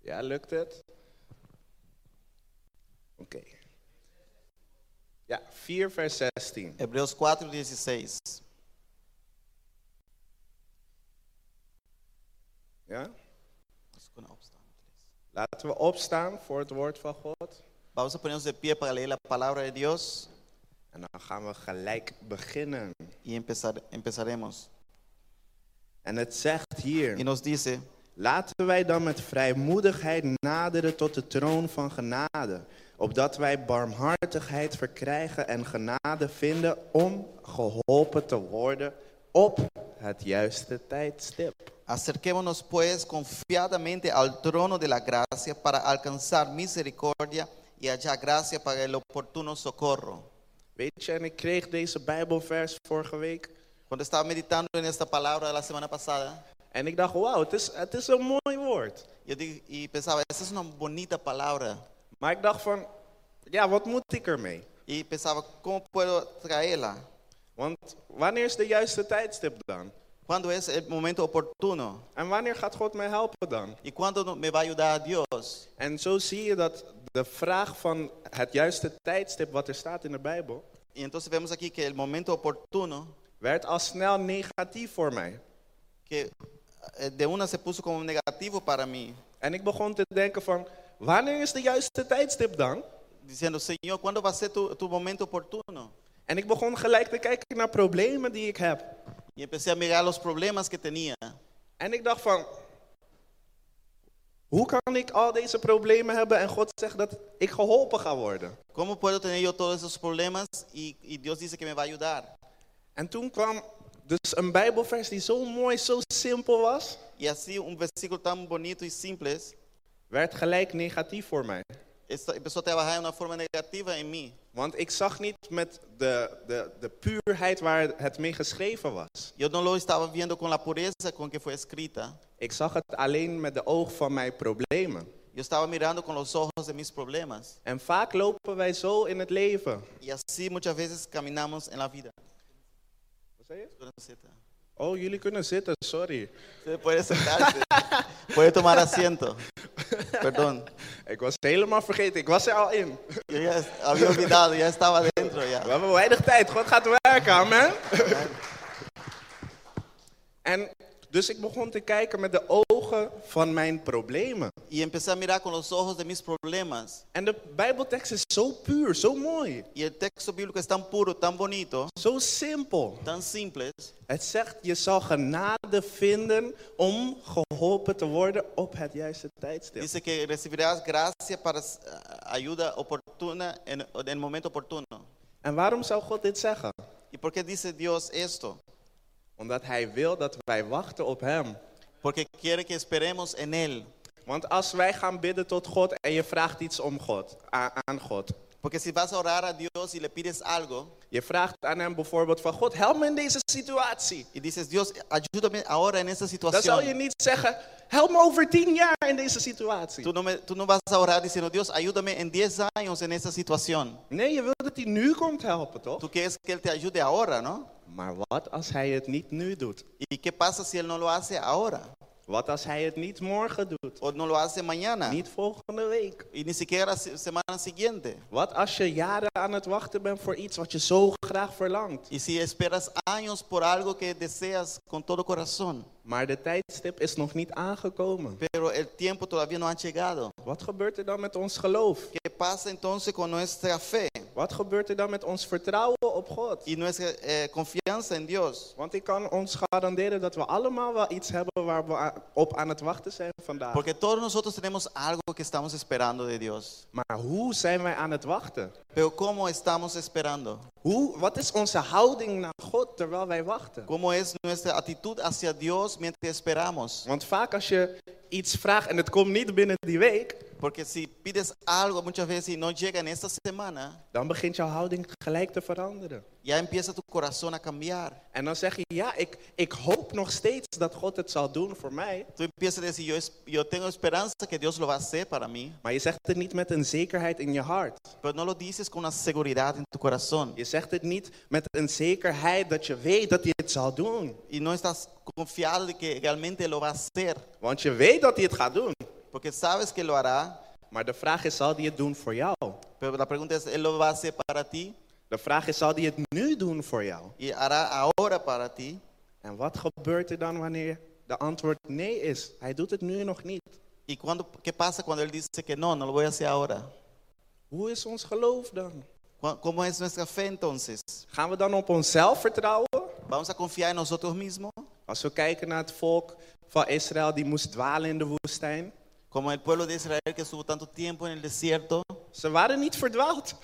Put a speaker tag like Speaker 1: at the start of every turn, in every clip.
Speaker 1: Ja, lukt het? Oké. Ja, 4 vers 16.
Speaker 2: Hebreus 4,16.
Speaker 1: Ja? Laten we opstaan voor het woord van God.
Speaker 2: Vamos a ponernos de pie para leer la palabra de Dios
Speaker 1: En dan gaan we gelijk beginnen.
Speaker 2: y empezar, empezaremos.
Speaker 1: En het zegt
Speaker 2: Y
Speaker 1: hier:
Speaker 2: nos dice,
Speaker 1: Laten wij dan met vrijmoedigheid naderen tot de troon van genade. Opdat wij barmhartigheid verkrijgen en genade vinden om geholpen te worden op het juiste tijdstip.
Speaker 2: acerquémonos pues confiadamente al trono de la gracia para alcanzar misericordia y hallar gracia para el oportuno socorro.
Speaker 1: Weet je, en ik kreeg deze Bijbelvers vorige week.
Speaker 2: Cuando estaba meditando en esta palabra la semana pasada,
Speaker 1: En ik dacht, wauw, het is, het is een mooi woord.
Speaker 2: yo di- y pensaba, esta es una bonita palabra.
Speaker 1: Maar ik dacht van, ja, wat moet ik ermee?
Speaker 2: Y pensaba, ¿cómo puedo traerla?
Speaker 1: Want wanneer is de juiste tijdstip dan?
Speaker 2: ¿Cuándo es el momento oportuno?
Speaker 1: En wanneer gaat God mij helpen dan?
Speaker 2: ¿Y cuándo no- me va a ayudar Dios?
Speaker 1: En zo zie je dat de vraag van het juiste tijdstip wat er staat in de Bijbel,
Speaker 2: Y entonces vemos aquí que el momento oportuno,
Speaker 1: werd al snel negatief voor mij.
Speaker 2: que eh, de una se puso como negativo para mí,
Speaker 1: En ik begon te denken van, wanneer is de juiste tijdstip dan?
Speaker 2: diciendo, Señor, ¿cuándo va a ser tu, tu momento oportuno?
Speaker 1: En ik begon gelijk te kijken naar problemen die ik heb.
Speaker 2: Y empecé a mirar los problemas que tenía.
Speaker 1: En ik dacht van, hoe kan ik al deze problemen hebben en God zegt dat ik geholpen ga worden?
Speaker 2: ¿Cómo puedo tener yo todos esos problemas y, y Dios dice que me va a ayudar?
Speaker 1: En toen kwam dus een Bijbelvers die zo mooi, zo simpel was,
Speaker 2: Y así un versículo tan bonito y simple
Speaker 1: werd gelijk negatief voor mij.
Speaker 2: esta- empezó a trabajar de una forma negativa en mí.
Speaker 1: Want ik zag niet met de, de, de puurheid waar het mee geschreven was.
Speaker 2: Yo no lo estaba viendo con la pureza con que fue escrita.
Speaker 1: Ik zag het alleen met de oog van mijn problemen.
Speaker 2: Yo estaba mirando con los ojos de mis problemas.
Speaker 1: En vaak lopen wij zo in het leven.
Speaker 2: Y así muchas veces caminamos en la vida.
Speaker 1: Wat zei je?
Speaker 2: Z.
Speaker 1: Oh, jullie kunnen zitten, sorry.
Speaker 2: Se puede sentarse. puede tomar asiento. Perdón.
Speaker 1: Ik was helemaal vergeten, ik was er al in.
Speaker 2: Yo ya es- había olvidado, ya estaba dentro
Speaker 1: We
Speaker 2: ya.
Speaker 1: hebben weinig tijd. God gaat werken, amen. En dus ik begon te kijken met de ogen van mijn problemen.
Speaker 2: Y empecé a mirar con los ojos de mis problemas.
Speaker 1: En de Bijbeltekst is zo puur, zo mooi,
Speaker 2: Y el texto bíblico es tan puro, tan bonito,
Speaker 1: zo simpel.
Speaker 2: tan simple.
Speaker 1: Het zegt, je zal genade vinden om geholpen te worden op het juiste tijdstip.
Speaker 2: Dice que recibirás gracia para s- ayuda oportuna en, en el momento oportuno.
Speaker 1: En waarom zou God dit zeggen?
Speaker 2: ¿Y por qué dice Dios esto?
Speaker 1: Omdat hij wil dat wij wachten op hem.
Speaker 2: Porque quiere que esperemos en Él.
Speaker 1: Want als wij gaan bidden tot God en je vraagt iets om God, a- aan God.
Speaker 2: Porque si vas a orar a Dios y le pides algo
Speaker 1: Je vraagt aan hem bijvoorbeeld van God, help me in deze situatie.
Speaker 2: y dices, Dios, ayúdame ahora en esta
Speaker 1: Dan zal je
Speaker 2: situación,
Speaker 1: niet zeggen, help me over tien jaar in deze situatie.
Speaker 2: tú no, me- tú no vas a orar diciendo, Dios, ayúdame en 10 años en esta situación.
Speaker 1: Nee, je wil dat hij nu komt helpen, toch?
Speaker 2: Tú quieres que Él te ayude ahora, ¿no?
Speaker 1: Maar wat als hij het niet nu doet?
Speaker 2: ¿Y qué pasa si Él no lo hace ahora?
Speaker 1: Wat als hij het niet morgen doet?
Speaker 2: ¿O no lo hace mañana?
Speaker 1: Niet volgende week?
Speaker 2: Y ni siquiera la se- semana siguiente.
Speaker 1: Wat als je jaren aan het wachten bent voor iets wat je zo graag verlangt?
Speaker 2: Y si esperas años por algo que deseas con todo corazón,
Speaker 1: Maar de tijdstip is nog niet aangekomen.
Speaker 2: pero el tiempo todavía no ha llegado.
Speaker 1: Wat gebeurt er dan met ons geloof?
Speaker 2: ¿Qué pasa entonces con nuestra fe
Speaker 1: Wat gebeurt er dan met ons vertrouwen op God?
Speaker 2: y nuestra eh, confianza en Dios?
Speaker 1: Want ik kan ons garanderen dat we allemaal wel iets hebben waar we a- op aan het wachten zijn vandaag.
Speaker 2: Porque todos nosotros tenemos algo que estamos esperando de Dios.
Speaker 1: Maar hoe zijn wij aan het wachten?
Speaker 2: Pero ¿cómo estamos esperando?
Speaker 1: Hoe, wat is onze houding naar God terwijl wij wachten?
Speaker 2: ¿Cómo es nuestra actitud hacia Dios mientras esperamos?
Speaker 1: Want vaak als je iets vraagt en het komt niet binnen die week,
Speaker 2: Porque si pides algo muchas veces y no llega en esta semana,
Speaker 1: dan begint jouw houding gelijk te veranderen.
Speaker 2: ya empieza tu corazón a cambiar.
Speaker 1: En dan zeg je, ja, ik, ik hoop nog steeds dat God het zal doen voor mij.
Speaker 2: Tú empiezas a decir, yo, es- yo tengo esperanza que Dios lo va a hacer para mí.
Speaker 1: Maar je zegt het niet met een zekerheid in je hart.
Speaker 2: Pero no lo dices con una seguridad en tu corazón.
Speaker 1: Je zegt het niet met een zekerheid dat je weet dat hij het zal doen.
Speaker 2: Y no estás confiado de que realmente lo va a hacer.
Speaker 1: Want je weet dat hij het gaat doen.
Speaker 2: porque sabes que lo hará,
Speaker 1: Maar de vraag is, zal die het doen voor jou?
Speaker 2: pero la pregunta es, Él lo va a hacer para ti
Speaker 1: De vraag is, zal die het nu doen voor jou?
Speaker 2: y hará ahora para ti.
Speaker 1: En wat gebeurt er dan wanneer de antwoord nee is? Hij doet het nu nog niet.
Speaker 2: ¿Y cuándo, qué pasa cuando Él dice que no, no lo voy a hacer ahora?
Speaker 1: Hoe is ons geloof dan?
Speaker 2: Cu- ¿Cómo es nuestra fe entonces?
Speaker 1: Gaan we dan op onszelf vertrouwen?
Speaker 2: ¿Vamos a confiar en nosotros mismos?
Speaker 1: Als we kijken naar het volk van Israël die moest dwalen in de woestijn.
Speaker 2: Como el pueblo de Israel que estuvo tanto tiempo en el desierto,
Speaker 1: Ze waren niet verdwaald.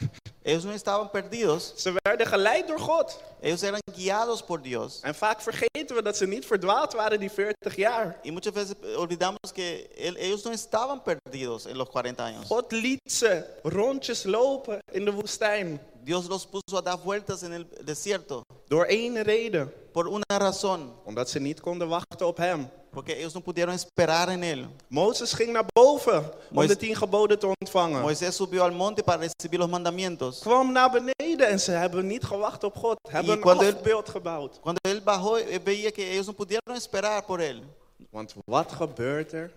Speaker 2: ellos no estaban perdidos,
Speaker 1: Ze werden geleid door God.
Speaker 2: ellos eran guiados por Dios.
Speaker 1: En vaak vergeten we dat ze niet verdwaald waren die 40 jaar.
Speaker 2: Y muchas veces eh, olvidamos que el- ellos no estaban perdidos en los 40 años.
Speaker 1: God liet ze rondjes lopen in de woestijn.
Speaker 2: Dios los puso a dar vueltas en el desierto
Speaker 1: Door één reden.
Speaker 2: por una razón,
Speaker 1: Omdat ze niet konden wachten op hem.
Speaker 2: porque ellos no pudieron esperar en Él.
Speaker 1: Mozes ging naar boven om
Speaker 2: Mois-
Speaker 1: de tien geboden te ontvangen.
Speaker 2: Moisés subió al monte para recibir los mandamientos.
Speaker 1: kwam naar beneden en ze hebben niet gewacht op God. Hebben een
Speaker 2: kwam er-
Speaker 1: afbeeld gebouwd.
Speaker 2: Cuando Él bajó, eh, veía que ellos no pudieron esperar por Él.
Speaker 1: Want wat gebeurt er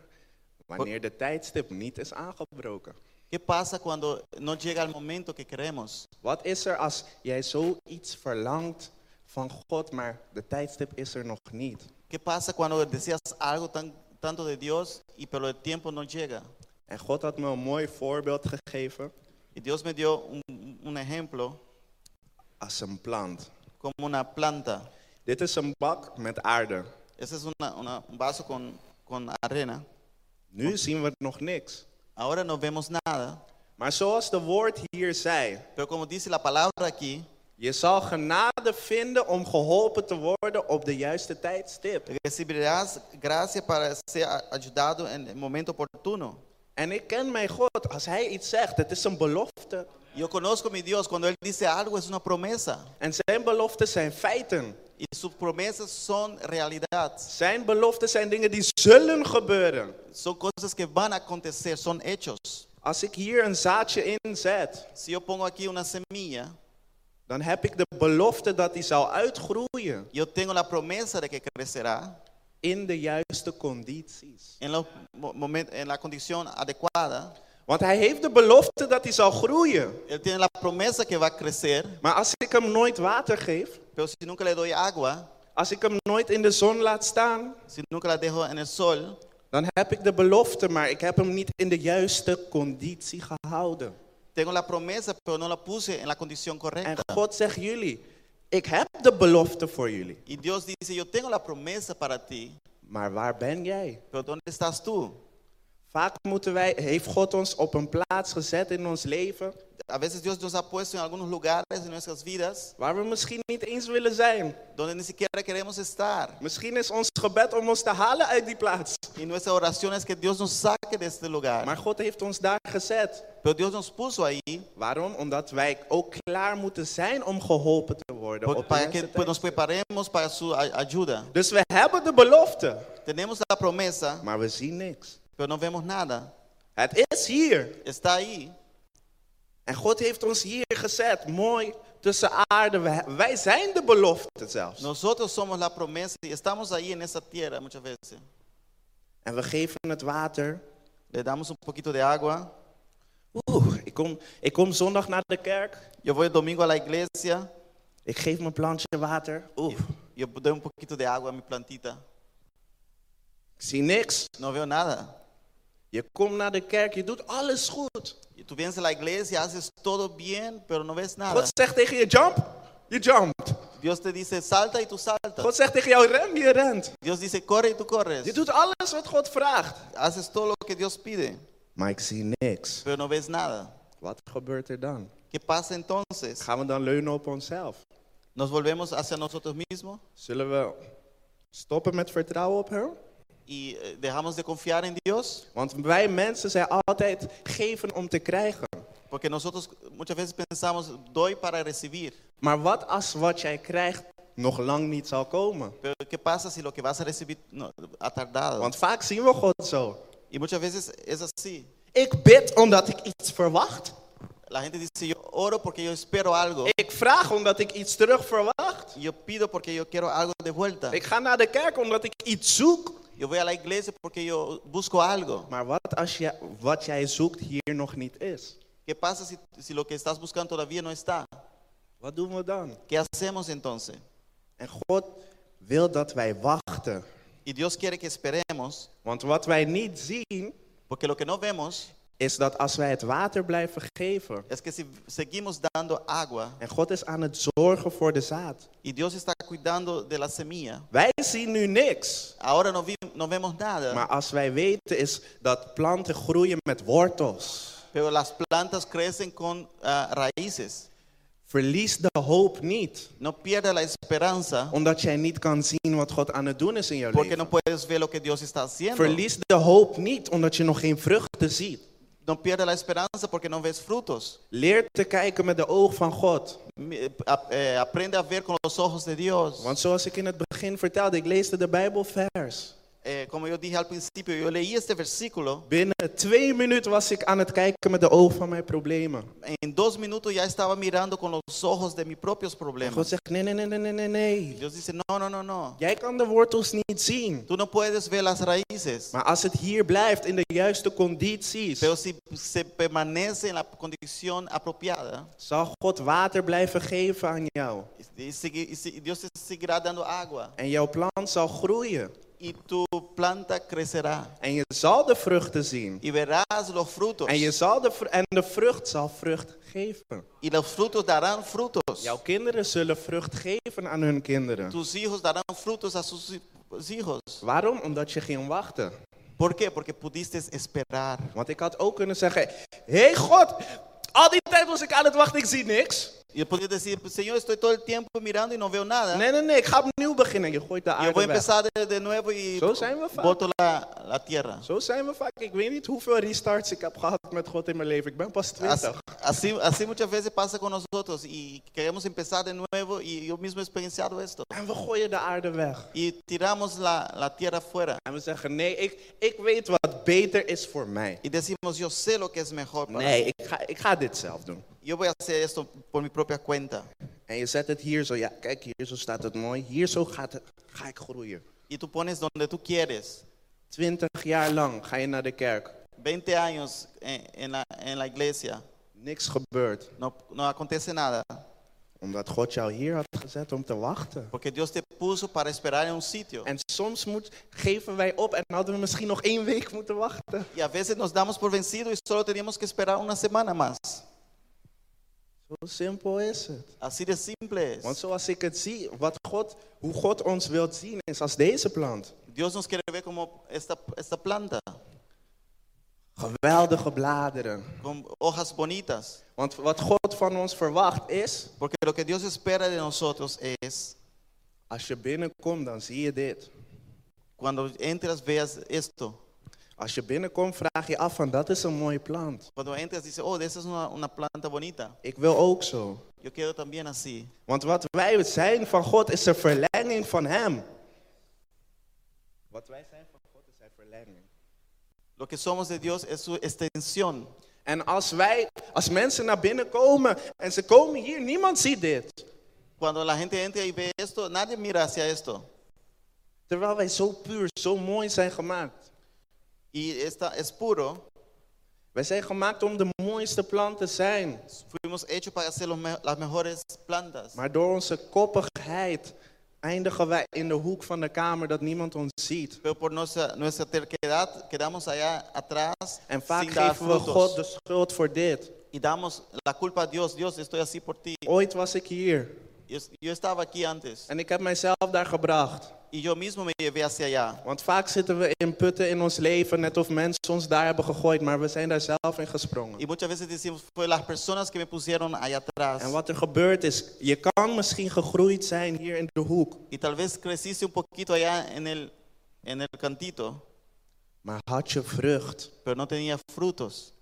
Speaker 1: wanneer de tijdstip niet is aangebroken?
Speaker 2: ¿Qué pasa cuando no llega el momento que queremos?
Speaker 1: Wat is er als jij zoiets verlangt van God, maar de tijdstip is er nog niet?
Speaker 2: ¿Qué pasa cuando deseas algo tan, tanto de Dios y pero el tiempo no llega?
Speaker 1: En God had me een mooi voorbeeld gegeven
Speaker 2: Y Dios me dio un, un ejemplo
Speaker 1: als een plant.
Speaker 2: como una planta.
Speaker 1: Dit is een bak met aarde.
Speaker 2: Ese es una- una- un vaso con, con arena.
Speaker 1: Nu zien we nog niks.
Speaker 2: Ahora no vemos nada,
Speaker 1: Maar zoals de woord hier zei,
Speaker 2: pero como dice la palabra aquí,
Speaker 1: je zal genade vinden om geholpen te worden op de juiste tijdstip.
Speaker 2: recibirás gracia para ser a- ayudado en el momento oportuno.
Speaker 1: En ik ken mijn God. Als hij iets zegt, het is een belofte.
Speaker 2: Yo conozco a mi Dios, cuando Él dice algo es una promesa
Speaker 1: En zijn beloften zijn feiten.
Speaker 2: y sus promesas son realidad,
Speaker 1: Zijn beloften zijn dingen die zullen gebeuren.
Speaker 2: son cosas que van a acontecer, son hechos.
Speaker 1: Als ik hier een zaadje inzet,
Speaker 2: Si yo pongo aquí una semilla,
Speaker 1: dan heb ik de belofte dat die zal uitgroeien
Speaker 2: yo tengo la promesa de que crecerá
Speaker 1: in de juiste condities.
Speaker 2: en, los mo- momen- en la condición adecuada.
Speaker 1: Want hij heeft de belofte dat die zal groeien.
Speaker 2: Él tiene la promesa que va a crecer,
Speaker 1: Maar als ik hem nooit water geef,
Speaker 2: pero si nunca le doy agua,
Speaker 1: als ik hem nooit in de zon laat staan,
Speaker 2: si nunca la dejo en el sol,
Speaker 1: dan heb ik de belofte, maar ik heb hem niet in de juiste conditie gehouden.
Speaker 2: tengo la promesa, pero no la puse en la condición
Speaker 1: En
Speaker 2: correcta.
Speaker 1: God zegt jullie, ik heb de belofte voor jullie.
Speaker 2: Y Dios dice, yo tengo la promesa para ti,
Speaker 1: Maar waar ben jij?
Speaker 2: pero ¿dónde estás tú?
Speaker 1: Vaak moeten wij, heeft God ons op een plaats gezet in ons leven
Speaker 2: A veces Dios nos ha puesto en algunos lugares en nuestras vidas
Speaker 1: waar we misschien niet eens willen zijn.
Speaker 2: donde ni siquiera queremos estar.
Speaker 1: Misschien is ons gebed om ons te halen uit die plaats.
Speaker 2: Y nuestra oración es que Dios nos saque de este lugar.
Speaker 1: Maar God heeft ons daar gezet.
Speaker 2: Pero Dios nos puso ahí
Speaker 1: Waarom? Omdat wij ook klaar moeten zijn om geholpen te worden.
Speaker 2: por-
Speaker 1: Op de
Speaker 2: para que
Speaker 1: juiste
Speaker 2: pues, nos
Speaker 1: tijd.
Speaker 2: preparemos para su a- ayuda.
Speaker 1: Dus we hebben de belofte,
Speaker 2: Tenemos la promesa,
Speaker 1: maar we zien niks.
Speaker 2: pero no vemos nada.
Speaker 1: Het is hier.
Speaker 2: Está ahí.
Speaker 1: En God heeft ons hier gezet, mooi tussen aarde. We- Wij zijn de belofte zelfs.
Speaker 2: Nosotros somos la promesa y estamos ahí en esa tierra muchas veces.
Speaker 1: En we geven het water.
Speaker 2: Le damos un poquito de agua.
Speaker 1: Oeh, ik kom, ik kom zondag naar de kerk.
Speaker 2: Yo voy el domingo a la iglesia,
Speaker 1: Ik geef mijn plantje water. Oeh,
Speaker 2: yo doy un poquito de agua a mi plantita.
Speaker 1: ik zie niks.
Speaker 2: No veo nada.
Speaker 1: Je komt naar de kerk, je doet alles goed.
Speaker 2: Y tú vienes a la iglesia, haces todo bien, pero no ves nada.
Speaker 1: God zegt tegen je jump, je jumpt.
Speaker 2: Dios te dice, salta y tú saltas.
Speaker 1: God zegt tegen jou ren, je rent.
Speaker 2: Dios dice, corre y tú corres.
Speaker 1: Je doet alles wat God vraagt.
Speaker 2: Haces todo lo que Dios pide,
Speaker 1: Maar ik zie niks.
Speaker 2: pero no ves nada.
Speaker 1: Wat gebeurt er dan?
Speaker 2: ¿Qué pasa entonces?
Speaker 1: Gaan we dan leunen op onszelf?
Speaker 2: ¿Nos volvemos hacia nosotros mismos
Speaker 1: Zullen we stoppen met vertrouwen op hem?
Speaker 2: y eh, dejamos de confiar en Dios?
Speaker 1: Want wij mensen zijn altijd geven om te krijgen.
Speaker 2: Porque nosotros muchas veces pensamos, doy para recibir.
Speaker 1: Maar wat als wat jij krijgt nog lang niet zal komen?
Speaker 2: Pero ¿qué pasa si lo que vas a recibir no, ha tardado?
Speaker 1: Want vaak zien we God zo.
Speaker 2: Y muchas veces es así.
Speaker 1: Ik bid omdat ik iets verwacht.
Speaker 2: La gente dice, yo oro porque yo espero algo.
Speaker 1: Ik vraag omdat ik iets terug verwacht.
Speaker 2: Yo pido porque yo quiero algo de vuelta.
Speaker 1: Ik ga naar de kerk omdat ik iets zoek.
Speaker 2: Yo voy a la iglesia porque yo busco algo.
Speaker 1: Maar wat als je, wat jij zoekt hier nog niet is?
Speaker 2: ¿Qué pasa si, si lo que estás buscando todavía no está?
Speaker 1: Wat doen we dan?
Speaker 2: ¿Qué hacemos entonces?
Speaker 1: En God wil dat wij wachten.
Speaker 2: Y Dios quiere que esperemos,
Speaker 1: Want wat wij niet zien,
Speaker 2: porque lo que no vemos
Speaker 1: is dat als wij het water blijven geven.
Speaker 2: es que si seguimos dando agua
Speaker 1: En God is aan het zorgen voor de zaad.
Speaker 2: y Dios está cuidando de la semilla,
Speaker 1: Wij zien nu niks.
Speaker 2: ahora no, vi- no vemos nada,
Speaker 1: Maar als wij weten is dat planten groeien met wortels.
Speaker 2: pero las plantas crecen con ah, raíces.
Speaker 1: Verlies de hoop niet.
Speaker 2: No pierda la esperanza
Speaker 1: Omdat jij niet kan zien wat God aan het doen is in jouw
Speaker 2: porque no
Speaker 1: leven.
Speaker 2: puedes ver lo que Dios está haciendo.
Speaker 1: Verlies de hoop niet omdat je nog geen vruchten ziet.
Speaker 2: No pierda la esperanza porque no ves frutos.
Speaker 1: Leer te kijken met de oog van God.
Speaker 2: Mi- eh, ap- eh, aprende a ver con los ojos de Dios.
Speaker 1: Want zoals ik in het begin vertelde, ik leesde de Bijbelvers.
Speaker 2: Eh, como yo dije al principio, yo leí este versículo.
Speaker 1: Binnen twee minuten was ik aan het kijken met de oog van mijn problemen.
Speaker 2: En dos minutos ya estaba mirando con los ojos de mis propios
Speaker 1: En God
Speaker 2: problemas.
Speaker 1: zegt, nee, nee, nee, nee, nee, nee, nee.
Speaker 2: Dios dice, no, no, no, no.
Speaker 1: Jij kan de wortels niet zien.
Speaker 2: Tú no puedes ver las raíces.
Speaker 1: Maar als het hier blijft in de juiste condities,
Speaker 2: Pero si se permanece en la condición apropiada,
Speaker 1: zal God water blijven geven aan jou.
Speaker 2: y sigue- y si- Dios te seguirá dando agua
Speaker 1: En jouw plant zal groeien.
Speaker 2: y tu planta crecerá
Speaker 1: En je zal de vruchten zien.
Speaker 2: y verás los frutos.
Speaker 1: En, je zal de, vr- en de vrucht zal vrucht geven.
Speaker 2: Y los frutos darán frutos.
Speaker 1: Jouw kinderen zullen vrucht geven aan hun kinderen.
Speaker 2: Tus hijos darán frutos a sus hi- hijos.
Speaker 1: Waarom? Omdat je ging wachten.
Speaker 2: ¿Por qué? Porque pudiste esperar.
Speaker 1: Want ik had ook kunnen zeggen: Hé hey God, al die tijd was ik aan het wachten, ik zie niks.
Speaker 2: Y podías decir, "Pues, Señor, estoy todo el tiempo mirando y no veo nada.
Speaker 1: Nee, nee, nee, ik ga opnieuw beginnen. Je gooit de
Speaker 2: Yo voy
Speaker 1: aarde
Speaker 2: a
Speaker 1: weg.
Speaker 2: empezar de, de nuevo y
Speaker 1: Zo zijn we vaak.
Speaker 2: boto la, la tierra.
Speaker 1: Zo zijn we vaak. Ik weet niet hoeveel restarts ik heb gehad met God in mijn leven. Ik ben pas
Speaker 2: Así,
Speaker 1: 20.
Speaker 2: así, así muchas veces pasa con nosotros y queremos empezar de nuevo y yo mismo he experienciado esto.
Speaker 1: En we gooien de aarde weg.
Speaker 2: Y tiramos la, la tierra fuera
Speaker 1: En we zeggen: Nee, ik, ik weet wat beter is voor mij.
Speaker 2: y decimos, yo sé lo que es mejor. para
Speaker 1: Nee,
Speaker 2: mí.
Speaker 1: ik ga, ik ga dit zelf doen.
Speaker 2: Yo voy a hacer esto por mi propia cuenta.
Speaker 1: En je zet het hier zo, ja, kijk, hier zo staat het mooi. Hier zo gaat het, ga ik groeien.
Speaker 2: Y tú pones donde tú quieres.
Speaker 1: Twintig jaar lang ga je naar de kerk.
Speaker 2: 20 años en, en la, en la iglesia,
Speaker 1: Niks gebeurt.
Speaker 2: no, no acontece nada.
Speaker 1: Omdat God jou hier had gezet om te wachten.
Speaker 2: Porque Dios te puso para esperar en un sitio.
Speaker 1: En soms moet, geven wij op en hadden we misschien nog één week moeten wachten.
Speaker 2: Y a veces nos damos por vencido y solo teníamos que esperar una semana más.
Speaker 1: Zo simpel is het.
Speaker 2: Así de simple
Speaker 1: Want
Speaker 2: es.
Speaker 1: zoals ik het zie, wat God, hoe God ons wilt zien, is als deze plant.
Speaker 2: Dios nos quiere ver como esta, esta planta,
Speaker 1: Geweldige bladeren.
Speaker 2: con hojas bonitas.
Speaker 1: Want wat God van ons verwacht is,
Speaker 2: Porque lo que Dios espera de nosotros es,
Speaker 1: als je binnenkomt, dan zie je dit.
Speaker 2: cuando entras veas esto.
Speaker 1: Als je binnenkomt, vraag je af van dat is een mooie plant.
Speaker 2: Cuando entras dices, oh, esa es una, una planta bonita.
Speaker 1: Ik wil ook zo.
Speaker 2: Yo quiero también así.
Speaker 1: Want wat wij zijn van God is een verlenging van Hem. Wat wij zijn van God is zijn verlenging.
Speaker 2: Lo que somos de Dios es su extensión.
Speaker 1: En als wij, als mensen naar binnen komen en ze komen hier, niemand ziet dit.
Speaker 2: Cuando la gente entra y ve esto, nadie mira hacia esto.
Speaker 1: Terwijl wij zo puur, zo mooi zijn gemaakt.
Speaker 2: Y esta es puro.
Speaker 1: Wij zijn gemaakt om de mooiste plant te zijn.
Speaker 2: Fuimos hechos para ser los me- las mejores plantas.
Speaker 1: Maar door onze koppigheid eindigen wij in de hoek van de kamer dat niemand ons ziet.
Speaker 2: Pero por nuestra, nuestra terquedad quedamos allá atrás
Speaker 1: En vaak
Speaker 2: sin dar
Speaker 1: geven we God
Speaker 2: frutos.
Speaker 1: de schuld voor dit.
Speaker 2: Y damos la culpa a Dios. Dios, estoy así por ti.
Speaker 1: Ooit was ik hier
Speaker 2: Yo, yo estaba aquí antes
Speaker 1: en ik heb mijzelf daar gebracht.
Speaker 2: y yo mismo me llevé hacia allá.
Speaker 1: Want vaak zitten we in putten in ons leven, net of mensen ons daar hebben gegooid, maar we zijn daar zelf in
Speaker 2: Y
Speaker 1: gesprongen.
Speaker 2: muchas veces decimos, fue las personas que me pusieron allá atrás.
Speaker 1: En wat er gebeurd is, je kan misschien gegroeid zijn hier in de hoek,
Speaker 2: Y tal vez creciste un poquito allá en el, en el cantito,
Speaker 1: maar had je vrucht?
Speaker 2: pero no tenía frutos.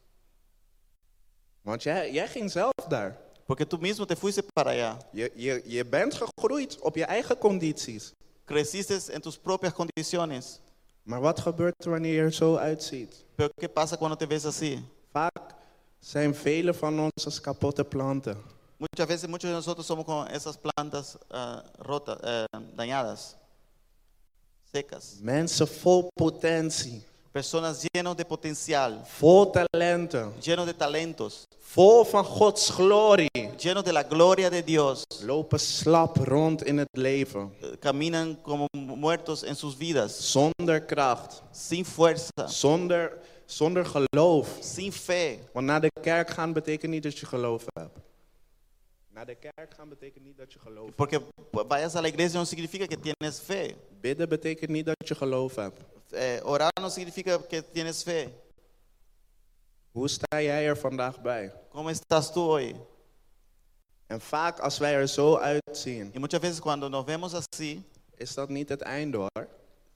Speaker 1: Want jij, jij ging zelf daar.
Speaker 2: Porque tú mismo te fuiste para allá.
Speaker 1: Je, je, je bent gegroeid op je eigen condities.
Speaker 2: Creciste en tus propias condiciones.
Speaker 1: Maar wat gebeurt er wanneer je er zo uitziet?
Speaker 2: Pero ¿qué pasa cuando te ves así?
Speaker 1: Vaak zijn velen van ons als kapotte planten.
Speaker 2: Muchas veces muchos de nosotros somos como esas plantas ah, rotas, eh, dañadas. secas,
Speaker 1: Mensen vol potentie,
Speaker 2: personas llenas de potencial,
Speaker 1: vol talenten,
Speaker 2: llenos de talentos,
Speaker 1: vol van Gods glorie,
Speaker 2: llenos de la gloria de Dios,
Speaker 1: lopen slap rond in het leven,
Speaker 2: eh, caminan como muertos en sus vidas,
Speaker 1: zonder kracht,
Speaker 2: sin fuerza,
Speaker 1: zonder, zonder geloof.
Speaker 2: sin fe.
Speaker 1: Want naar de kerk gaan betekent niet dat je geloof hebt. Naar de kerk gaan betekent niet dat je geloof hebt.
Speaker 2: Porque vayas a la iglesia no significa que tienes fe.
Speaker 1: Bidden betekent niet dat je geloof hebt.
Speaker 2: Eh, orar no significa que tienes fe.
Speaker 1: Hoe sta jij er vandaag bij?
Speaker 2: ¿Cómo estás tú hoy?
Speaker 1: En vaak als wij er zo uitzien,
Speaker 2: Y muchas veces cuando nos vemos así,
Speaker 1: is dat niet het einde hoor.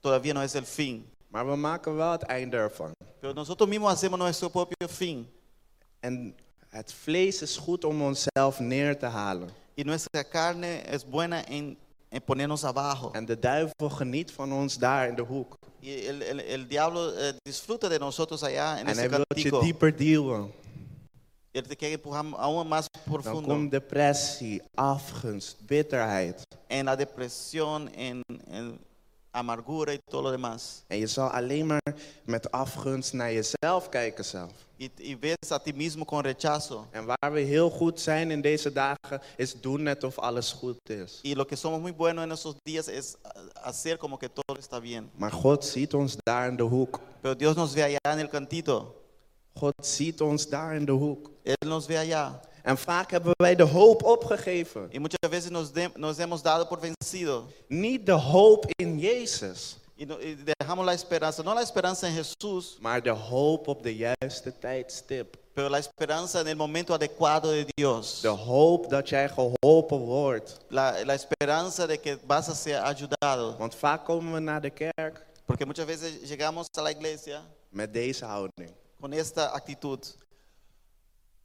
Speaker 2: todavía no es el fin.
Speaker 1: Maar we maken wel het einde ervan.
Speaker 2: Pero nosotros mismos hacemos nuestro propio fin.
Speaker 1: En het vlees is goed om onszelf neer te halen.
Speaker 2: Y nuestra carne es buena en, en ponernos abajo.
Speaker 1: En de duivel geniet van ons daar in de hoek.
Speaker 2: Y el, el- el diablo eh, disfruta de nosotros allá en
Speaker 1: en hij
Speaker 2: ese
Speaker 1: wil je
Speaker 2: cantico.
Speaker 1: dieper duwen.
Speaker 2: Él te quiere empujar aún más
Speaker 1: Dan
Speaker 2: profundo
Speaker 1: komt depressie, afgunst, bitterheid.
Speaker 2: en la depresión, en, en amargura y todo lo demás.
Speaker 1: En je zal alleen maar met afgunst naar jezelf kijken zelf.
Speaker 2: Y, y ves a ti mismo con rechazo.
Speaker 1: En waar we heel goed zijn in deze dagen is doen net of alles goed is.
Speaker 2: Y lo que somos muy buenos en esos días es ah, hacer como que todo está bien.
Speaker 1: Maar God ziet ons daar in de hoek.
Speaker 2: Pero Dios nos ve allá en el cantito.
Speaker 1: God ziet ons daar in de hoek.
Speaker 2: Él nos ve allá.
Speaker 1: En vaak hebben wij de hoop opgegeven.
Speaker 2: Y muchas veces nos, de- nos hemos dado por vencido.
Speaker 1: Niet de hoop in Jezus,
Speaker 2: Y, no- y dejamos la esperanza, no la esperanza en Jesús,
Speaker 1: maar de hoop op de juiste tijdstip.
Speaker 2: pero la esperanza en el momento adecuado de Dios.
Speaker 1: De hoop dat jij geholpen wordt.
Speaker 2: La, la esperanza de que vas a ser ayudado.
Speaker 1: Want vaak komen we naar de kerk
Speaker 2: Porque muchas veces llegamos a la iglesia
Speaker 1: met deze houding.
Speaker 2: con esta actitud.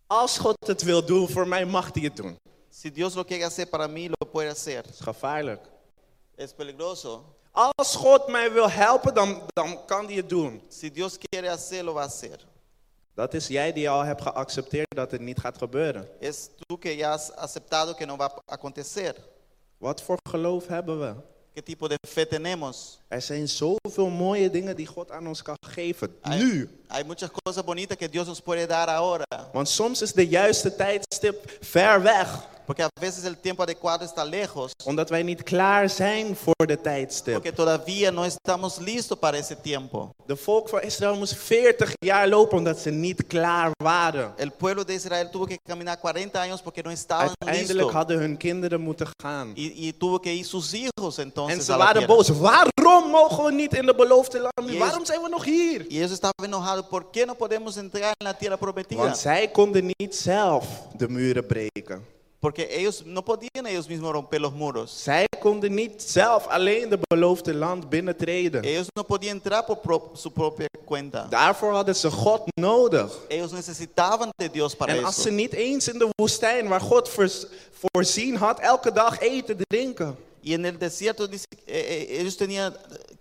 Speaker 1: Als God het wil doen voor mij, mag hij het doen.
Speaker 2: Si Dios lo quiere hacer para mí, lo puede hacer.
Speaker 1: Dat is gevaarlijk.
Speaker 2: Es peligroso.
Speaker 1: Als God mij wil helpen, dan, dan kan hij het doen.
Speaker 2: Si Dios quiere hacer, lo va a hacer.
Speaker 1: Dat is jij die al hebt geaccepteerd dat het niet gaat gebeuren.
Speaker 2: Es tú que ya has aceptado que no va a acontecer.
Speaker 1: Wat voor geloof hebben we?
Speaker 2: ¿Qué tipo de fe tenemos?
Speaker 1: Er zijn zoveel mooie dingen die God aan ons kan geven.
Speaker 2: Hay,
Speaker 1: Nu.
Speaker 2: hay muchas cosas bonitas que Dios nos puede dar ahora.
Speaker 1: Want soms is de juiste tijdstip ver weg.
Speaker 2: Porque a veces el tiempo adecuado está lejos.
Speaker 1: Omdat wij niet klaar zijn voor de tijdstip.
Speaker 2: Porque todavía no estamos listos para ese tiempo.
Speaker 1: De volk van Israël moest 40 jaar lopen omdat ze niet klaar waren.
Speaker 2: El pueblo de Israel tuvo que caminar 40 años porque no estaban
Speaker 1: Uiteindelijk
Speaker 2: listos.
Speaker 1: hadden hun kinderen moeten gaan.
Speaker 2: Y, y tuvo que ir sus hijos
Speaker 1: En
Speaker 2: entonces
Speaker 1: ze
Speaker 2: a la
Speaker 1: waren
Speaker 2: tierra.
Speaker 1: boos. Waarom mogen we niet in de beloofde land? nu?
Speaker 2: Jezus.
Speaker 1: Waarom zijn we nog hier?
Speaker 2: Y ellos estaban enojados. ¿Por qué no podemos entrar en la tierra prometida?
Speaker 1: Want zij konden niet zelf de muren breken.
Speaker 2: Porque ellos no podían ellos mismos romper los muros.
Speaker 1: Zij konden niet zelf alleen de beloofde land binnentreden.
Speaker 2: Ellos no podían entrar por pro- su propia cuenta.
Speaker 1: Daarvoor hadden ze God nodig.
Speaker 2: Ellos necesitaban de Dios para
Speaker 1: En als ze
Speaker 2: eso.
Speaker 1: niet eens in de woestijn, waar God vers- voorzien had, elke dag eten, drinken.
Speaker 2: Y en el desierto dice, eh, eh, ellos tenían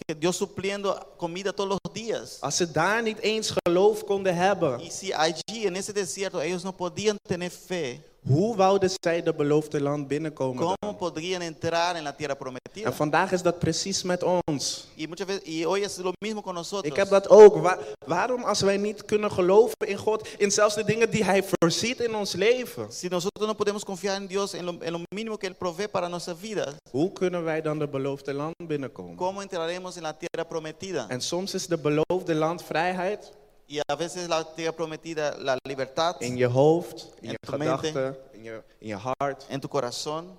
Speaker 2: que Dios supliendo comida todos los días.
Speaker 1: Als ze daar niet eens geloof konden hebben,
Speaker 2: Y si allí en ese desierto ellos no podían tener fe,
Speaker 1: hoe wouden zij de beloofde land binnenkomen? dan?
Speaker 2: ¿cómo podrían entrar en la tierra prometida?
Speaker 1: En vandaag is dat precies met ons.
Speaker 2: Y muchas veces y hoy es lo mismo con
Speaker 1: Ik heb
Speaker 2: nosotros.
Speaker 1: dat ook. Wa- waarom als wij niet kunnen geloven in God, in zelfs de dingen die Hij voorziet in ons leven,
Speaker 2: Si nosotros no podemos confiar en Dios en lo, en lo mínimo que él provee para nuestras vidas,
Speaker 1: hoe kunnen wij dan de beloofde land binnenkomen?
Speaker 2: ¿cómo entraremos en la tierra prometida?
Speaker 1: En soms is de beloofde land vrijheid
Speaker 2: Y a veces la tierra prometida, la libertad
Speaker 1: in je hoofd, in
Speaker 2: En
Speaker 1: je
Speaker 2: te meten.
Speaker 1: gedachten, in je, in je hart.
Speaker 2: en tu corazón.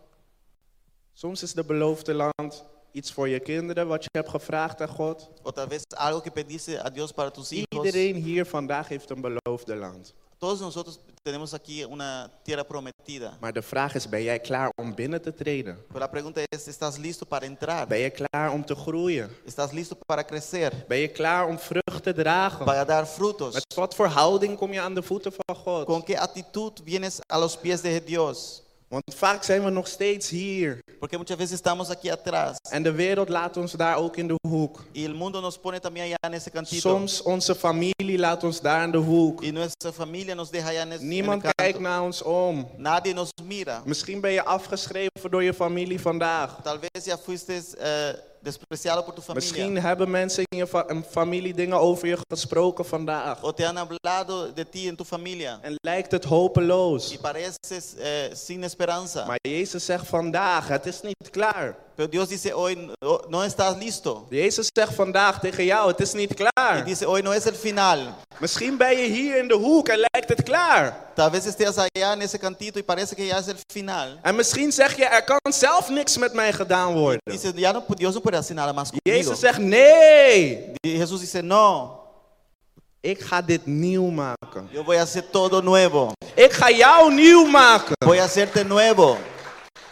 Speaker 1: Soms is de beloofde land iets voor je kinderen wat je hebt gevraagd aan God.
Speaker 2: O tal vez algo que pediste a Dios para tus hijos.
Speaker 1: Iedereen hier vandaag heeft een beloofde land.
Speaker 2: Todos nosotros tenemos aquí una tierra prometida.
Speaker 1: Maar de vraag is, ben jij klaar om binnen te treden?
Speaker 2: Pero la pregunta es, ¿estás listo para entrar?
Speaker 1: Ben je klaar om te groeien?
Speaker 2: ¿Estás listo para crecer?
Speaker 1: Ben je klaar om vrucht te dragen?
Speaker 2: Para dar frutos.
Speaker 1: Met wat voor houding kom je aan de voeten van God?
Speaker 2: ¿Con qué actitud vienes a los pies de Dios?
Speaker 1: Want vaak zijn we nog steeds hier.
Speaker 2: Porque muchas veces estamos aquí atrás
Speaker 1: En de wereld laat ons daar ook in de hoek.
Speaker 2: y el mundo nos pone también allá en ese cantito.
Speaker 1: Soms onze familie laat ons daar in de hoek.
Speaker 2: Y nuestra familia nos deja allá en ese en el
Speaker 1: Niemand
Speaker 2: canto.
Speaker 1: kijkt naar ons om.
Speaker 2: Nadie nos mira.
Speaker 1: Misschien ben je afgeschreven door je familie vandaag.
Speaker 2: Tal vez ya fuiste eh, despreciado por tu familia.
Speaker 1: Misschien hebben mensen in je fa- en familie dingen over je gesproken vandaag.
Speaker 2: O te han hablado de ti en tu familia
Speaker 1: En lijkt het hopeloos.
Speaker 2: y pareces eh, sin esperanza.
Speaker 1: Maar Jezus zegt vandaag, het is niet klaar.
Speaker 2: Pero Dios dice hoy no, no estás listo.
Speaker 1: Jezus zegt vandaag tegen jou, het is niet
Speaker 2: Y
Speaker 1: klaar.
Speaker 2: dice hoy no es el final.
Speaker 1: Misschien ben je hier in de hoek en lijkt het klaar.
Speaker 2: Tal vez estés allá en ese cantito y parece que ya es el final.
Speaker 1: En misschien zeg je, er kan zelf niks met mij gedaan worden.
Speaker 2: Dice, ya no, pues, Dios no puede hacer nada más conmigo.
Speaker 1: Jezus zegt, nee,
Speaker 2: Y Jesús dice, no,
Speaker 1: ik ga dit nieuw maken.
Speaker 2: yo voy a hacer todo nuevo.
Speaker 1: Ik ga jou nieuw maken.
Speaker 2: Voy a hacerte nuevo.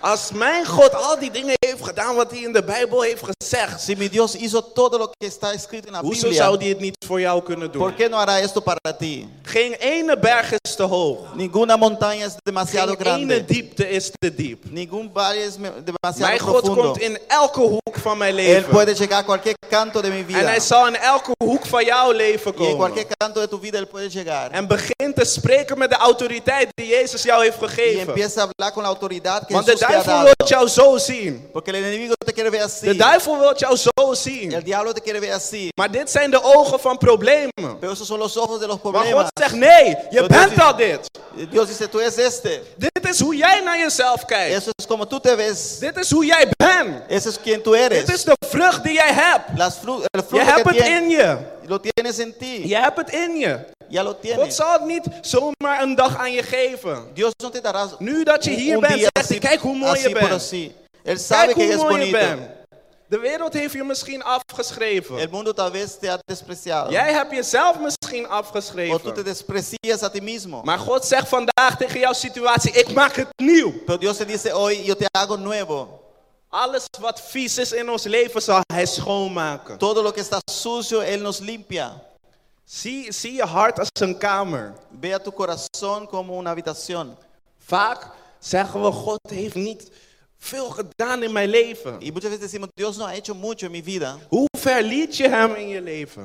Speaker 1: Als mijn God al die dingen heeft gedaan wat hij in de Bijbel heeft gezegd,
Speaker 2: Si mi Dios hizo todo lo que está escrito en la
Speaker 1: hoezo zou
Speaker 2: Biblia,
Speaker 1: hij het niet voor jou kunnen
Speaker 2: ¿por
Speaker 1: doen?
Speaker 2: qué no hará esto para ti?
Speaker 1: Geen ene berg is te hoog.
Speaker 2: Ninguna montaña es demasiado
Speaker 1: Geen ene
Speaker 2: grande.
Speaker 1: diepte is te diep.
Speaker 2: Ningún valle es me- demasiado
Speaker 1: Mijn God
Speaker 2: profundo.
Speaker 1: komt in elke hoek van mijn
Speaker 2: Él
Speaker 1: leven.
Speaker 2: puede llegar a cualquier canto de mi
Speaker 1: En
Speaker 2: vida.
Speaker 1: hij zal in elke hoek van jouw leven
Speaker 2: Y en
Speaker 1: komen.
Speaker 2: cualquier canto de tu vida Él puede llegar.
Speaker 1: En begin te spreken met de autoriteit die Jezus jou heeft
Speaker 2: Y
Speaker 1: gegeven.
Speaker 2: empieza a hablar con la autoridad que
Speaker 1: Want de
Speaker 2: Jesús te ha
Speaker 1: duivel
Speaker 2: dado.
Speaker 1: wil jou zo zien.
Speaker 2: Porque el enemigo te quiere ver así.
Speaker 1: De duivel wil jou zo zien.
Speaker 2: El diablo te quiere ver así.
Speaker 1: Maar dit zijn de ogen van problemen.
Speaker 2: Pero esos son los ojos de los
Speaker 1: Maar God
Speaker 2: problemas.
Speaker 1: zegt nee, je
Speaker 2: Dat
Speaker 1: bent
Speaker 2: is-
Speaker 1: al dit.
Speaker 2: Dios dice, tú eres este.
Speaker 1: Dit is hoe jij naar jezelf kijkt.
Speaker 2: Eso es como tú te ves.
Speaker 1: Dit is hoe jij bent.
Speaker 2: Eso es quien tú eres.
Speaker 1: Dit is de vrucht die jij hebt.
Speaker 2: Las fru- el
Speaker 1: Je
Speaker 2: fruto
Speaker 1: hebt
Speaker 2: que
Speaker 1: het
Speaker 2: tienes,
Speaker 1: in je.
Speaker 2: lo tienes en ti.
Speaker 1: Je hebt het in je.
Speaker 2: Ya lo
Speaker 1: God
Speaker 2: tienes.
Speaker 1: zal het niet zomaar een dag aan je geven.
Speaker 2: Dios no te dará
Speaker 1: Nu dat je hier bent, zegt hij, kijk hoe mooi je
Speaker 2: así por
Speaker 1: bent.
Speaker 2: así. Él sabe
Speaker 1: Kijk
Speaker 2: que
Speaker 1: hoe
Speaker 2: es
Speaker 1: mooi je
Speaker 2: bonito.
Speaker 1: bent. De wereld heeft je misschien
Speaker 2: El
Speaker 1: afgeschreven.
Speaker 2: mundo tal vez te ha despreciado.
Speaker 1: Jij hebt jezelf misschien
Speaker 2: O tú te
Speaker 1: afgeschreven.
Speaker 2: desprecias a ti mismo.
Speaker 1: Maar God zegt vandaag tegen jouw situatie, ik maak het nieuw.
Speaker 2: Pero Dios te dice hoy, yo te hago nuevo.
Speaker 1: Alles wat vies is in ons leven zal hij schoonmaken.
Speaker 2: Todo lo que está sucio, Él nos limpia.
Speaker 1: Zie, zie je hart als een kamer.
Speaker 2: Ve a tu corazón como una habitación.
Speaker 1: Vaak zeggen we, God heeft niet veel gedaan in mijn leven.
Speaker 2: Y muchas veces decimos, Dios no ha hecho mucho en mi vida.
Speaker 1: Hoe ver liet je hem in je leven?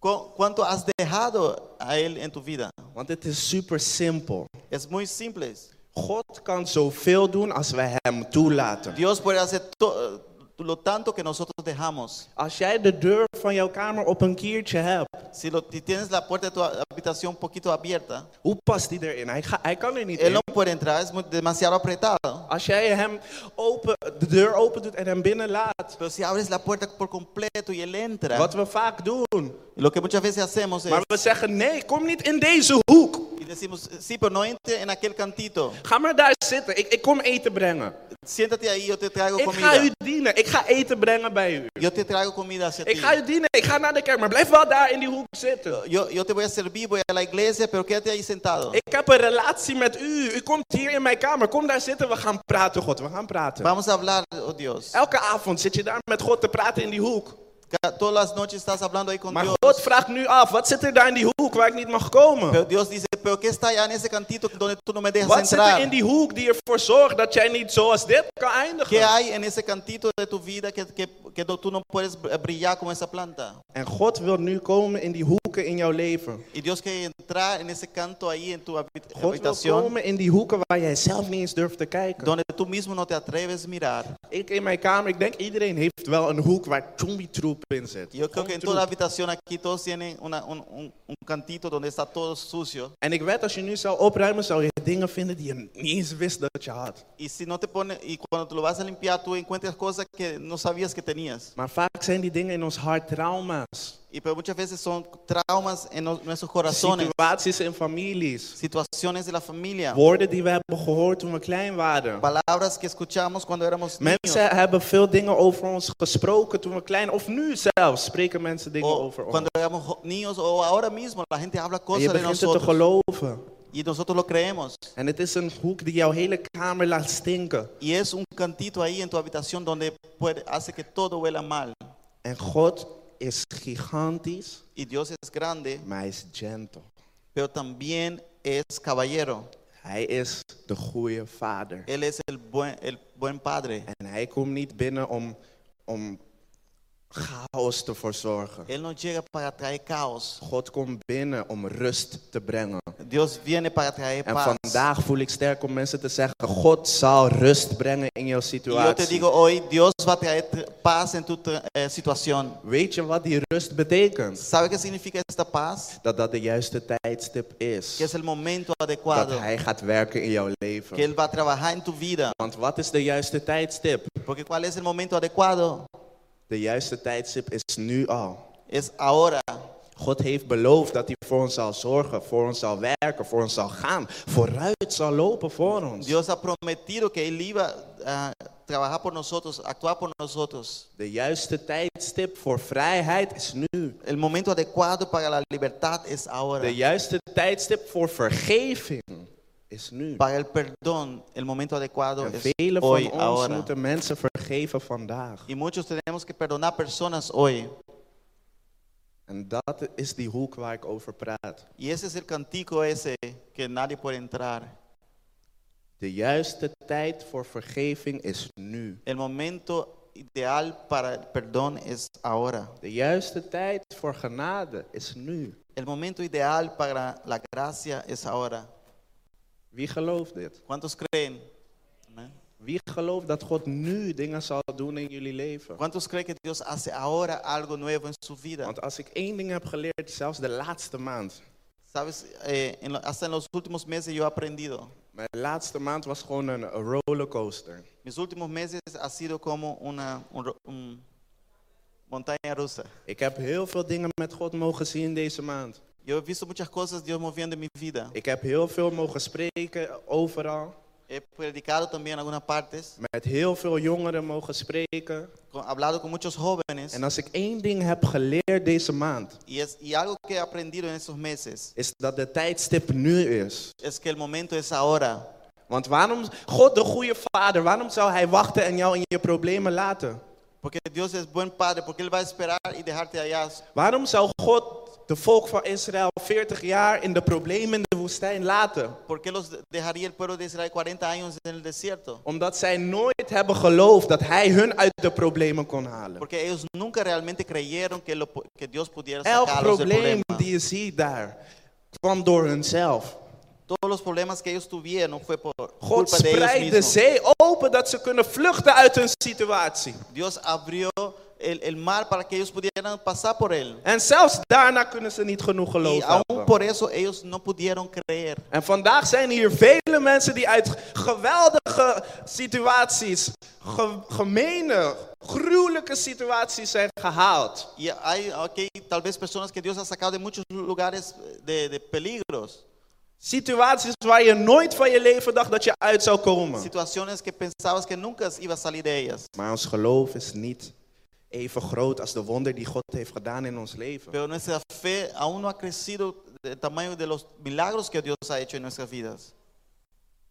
Speaker 2: Cu- ¿Cuánto has dejado a Él en tu vida?
Speaker 1: Want het is super simpel.
Speaker 2: Es muy simple.
Speaker 1: God kan zoveel doen als wij hem toelaten.
Speaker 2: Dios puede hacer to- lo tanto que nosotros dejamos.
Speaker 1: Als jij de deur van jouw kamer op een kiertje hebt,
Speaker 2: Si, lo, si tienes la puerta de tu habitación un poquito abierta,
Speaker 1: hoe past die erin? Hij, ga- hij kan er niet
Speaker 2: Él no
Speaker 1: in.
Speaker 2: puede entrar, es muy- demasiado apretado.
Speaker 1: Als jij hem open, de deur open doet en hem binnen laat,
Speaker 2: Pero si abres la puerta por completo y Él entra,
Speaker 1: wat we vaak doen.
Speaker 2: lo que muchas veces hacemos es,
Speaker 1: Maar we zeggen nee, kom niet in deze hoek.
Speaker 2: y decimos, sí, pero no entre en aquel cantito.
Speaker 1: Ga maar daar zitten. Ik, ik kom eten brengen.
Speaker 2: Siéntate ahí, yo te traigo
Speaker 1: Ik ga
Speaker 2: comida.
Speaker 1: u dienen. Ik ga eten brengen bij u.
Speaker 2: Yo te traigo comida hacia
Speaker 1: Ik
Speaker 2: ti.
Speaker 1: ga u dienen. Ik ga naar de kerk. Maar blijf wel daar in die hoek zitten.
Speaker 2: Yo, yo te voy a servir, voy a la iglesia, pero quédate ahí sentado.
Speaker 1: Ik heb een relatie met u. U komt hier in mijn kamer. Kom daar zitten. We gaan praten, God. We gaan praten.
Speaker 2: Vamos a hablar, oh Dios.
Speaker 1: Elke avond zit je daar met God te praten in die hoek.
Speaker 2: Ca- Todas las noches estás hablando ahí con
Speaker 1: Maar
Speaker 2: Dios.
Speaker 1: God vraagt nu af: wat zit er daar in die hoek waar ik niet mag
Speaker 2: Pero
Speaker 1: komen?
Speaker 2: Dios dice, pero ¿qué está allá en ese cantito donde tú no me
Speaker 1: Wat
Speaker 2: dejas
Speaker 1: zit er
Speaker 2: entrar?
Speaker 1: in die hoek die ervoor zorgt dat jij niet zoals dit kan
Speaker 2: ¿Qué
Speaker 1: eindigen?
Speaker 2: hay en ese cantito de tu vida que, que, que no- tú no puedes br- brillar como esa planta?
Speaker 1: En God wil nu komen in die hoeken in jouw leven.
Speaker 2: Y Dios quiere entrar en ese canto ahí en tu habit-
Speaker 1: God wil
Speaker 2: habitación
Speaker 1: komen in die hoeken waar jij zelf niet eens durft te kijken.
Speaker 2: donde tú mismo no te atreves a mirar.
Speaker 1: Ik in mijn kamer, ik denk iedereen heeft wel een hoek waar zombie troep in zit.
Speaker 2: Yo creo que en
Speaker 1: Gewoon
Speaker 2: toda
Speaker 1: troep.
Speaker 2: habitación aquí todos tienen una- un, un- un cantito donde está todo sucio.
Speaker 1: En ik weet als je nu zou opruimen, zou je dingen vinden die je niet eens wist dat je had.
Speaker 2: Y si no te pone, y cuando te lo vas a limpiar, tú encuentras cosas que no sabías que tenías.
Speaker 1: Maar vaak zijn die dingen in ons hart trauma's.
Speaker 2: Y pero muchas veces son traumas en no- nuestros corazones,
Speaker 1: Situaties in families.
Speaker 2: situaciones de la familia,
Speaker 1: Woorden die we hebben gehoord toen we klein waren.
Speaker 2: palabras que escuchamos cuando éramos niños.
Speaker 1: Mensen hebben veel dingen over ons gesproken toen we klein Of nu zelfs spreken mensen dingen
Speaker 2: O
Speaker 1: over ons.
Speaker 2: cuando éramos jo- niños o ahora mismo la gente habla
Speaker 1: En je
Speaker 2: cosas de
Speaker 1: begint het te
Speaker 2: nosotros
Speaker 1: geloven.
Speaker 2: y nosotros lo creemos.
Speaker 1: En het is een hoek die jouw hele kamer laat stinken.
Speaker 2: Y es un cantito ahí en tu habitación donde puede, hace que todo huela mal.
Speaker 1: En God is gigantisch,
Speaker 2: Y Dios es grande,
Speaker 1: maar hij is gentle.
Speaker 2: pero también es caballero.
Speaker 1: Hij is de goede vader.
Speaker 2: Él es el buen, el buen padre.
Speaker 1: En hij komt niet binnen om, om chaos te verzorgen.
Speaker 2: Él no llega para traer caos.
Speaker 1: God komt binnen om rust te brengen.
Speaker 2: Dios viene para traer
Speaker 1: En
Speaker 2: paz.
Speaker 1: vandaag voel ik sterk om mensen te zeggen: God zal rust brengen in jouw
Speaker 2: Y yo te
Speaker 1: situatie.
Speaker 2: digo hoy, Dios va a traer tr- paz en tu tr- eh, situación.
Speaker 1: Weet je wat die rust betekent?
Speaker 2: ¿Sabe qué significa esta paz?
Speaker 1: Dat dat de juiste tijdstip is.
Speaker 2: Que es el momento
Speaker 1: Dat
Speaker 2: adecuado,
Speaker 1: Hij gaat werken in jouw
Speaker 2: que
Speaker 1: leven.
Speaker 2: Él va a trabajar en tu vida.
Speaker 1: Want wat is de juiste tijdstip?
Speaker 2: Porque ¿cuál es el momento adecuado?
Speaker 1: De juiste tijdstip is nu al.
Speaker 2: Es ahora.
Speaker 1: God heeft beloofd dat hij voor ons zal zorgen, voor ons zal werken, voor ons zal gaan, vooruit zal lopen voor ons.
Speaker 2: Dios ha prometido que Él iba a trabajar por nosotros, actuar por nosotros.
Speaker 1: De juiste tijdstip voor vrijheid is nu.
Speaker 2: El momento adecuado para la libertad es ahora.
Speaker 1: De juiste tijdstip voor vergeving is nu.
Speaker 2: Para el perdón, el momento adecuado
Speaker 1: En
Speaker 2: es
Speaker 1: velen van
Speaker 2: hoy,
Speaker 1: ons
Speaker 2: ahora.
Speaker 1: moeten mensen vergeven vandaag.
Speaker 2: Y muchos tenemos que perdonar personas hoy.
Speaker 1: En dat is die hoek waar ik over praat.
Speaker 2: Y ese es el cantico ese que nadie puede entrar.
Speaker 1: De juiste tijd voor vergeving is nu.
Speaker 2: El momento ideal para el perdón es ahora.
Speaker 1: De juiste tijd voor genade is nu.
Speaker 2: El momento ideal para la gracia es ahora.
Speaker 1: Wie gelooft dit?
Speaker 2: ¿Cuántos creen? Amén.
Speaker 1: Wie gelooft dat God nu dingen zal doen in jullie leven?
Speaker 2: ¿Cuántos creen que Dios hace ahora algo nuevo en su vida?
Speaker 1: Want als ik één ding heb geleerd, zelfs de laatste maand.
Speaker 2: Sabes, Eh, en lo- hasta en los últimos meses yo he aprendido.
Speaker 1: Mijn laatste maand was gewoon een rollercoaster.
Speaker 2: Mis últimos meses ha sido como una un ro- un montaña rusa.
Speaker 1: Ik heb heel veel dingen met God mogen zien deze maand.
Speaker 2: Yo he visto muchas cosas Dios moviendo en mi vida.
Speaker 1: Ik heb heel veel mogen spreken overal.
Speaker 2: He predicado también en algunas partes,
Speaker 1: Met heel veel jongeren mogen spreken.
Speaker 2: con- hablado con muchos jóvenes.
Speaker 1: En als ik één ding heb geleerd deze maand,
Speaker 2: Y, es, y algo que he aprendido en estos meses
Speaker 1: is dat de tijdstip nu is.
Speaker 2: es que el momento es ahora.
Speaker 1: Want waarom, God de goede vader, waarom zou hij wachten en jou in je problemen laten?
Speaker 2: Porque Dios es buen padre, porque Él va a esperar y dejarte allá.
Speaker 1: Waarom zou God de volk van Israël 40 jaar in de problemen in de woestijn laten?
Speaker 2: ¿Por qué los dejaría el pueblo de Israel 40 años en el desierto?
Speaker 1: Omdat zij nooit hebben geloofd dat hij hun uit de problemen kon halen.
Speaker 2: Porque ellos nunca realmente creyeron que, lo, que Dios pudiera
Speaker 1: Elk
Speaker 2: sacarlos del
Speaker 1: probleem
Speaker 2: problema.
Speaker 1: die je ziet daar kwam door hunzelf.
Speaker 2: Todos los problemas que ellos tuvieron fue por
Speaker 1: God
Speaker 2: culpa de
Speaker 1: spreidt de
Speaker 2: ellos mismos.
Speaker 1: zee open dat ze kunnen vluchten uit hun situatie.
Speaker 2: Dios abrió el, el mar para que ellos pudieran pasar por él.
Speaker 1: En zelfs daarna kunnen ze niet genoeg
Speaker 2: Y
Speaker 1: geloven.
Speaker 2: aún por eso ellos no pudieron creer.
Speaker 1: En vandaag zijn hier vele mensen die uit geweldige situaties, ge- gemene, gruwelijke situaties zijn gehaald.
Speaker 2: Y hay aquí tal vez personas que Dios ha sacado de muchos lugares eh, de, de peligros,
Speaker 1: Situaties waar je nooit van je leven dacht dat je uit zou komen.
Speaker 2: situaciones que pensabas que nunca iba a salir de ellas.
Speaker 1: Maar ons geloof is niet even groot als de wonder die God heeft gedaan in ons leven.
Speaker 2: Pero nuestra fe aún no ha crecido del tamaño de los milagros que Dios ha hecho en nuestras vidas.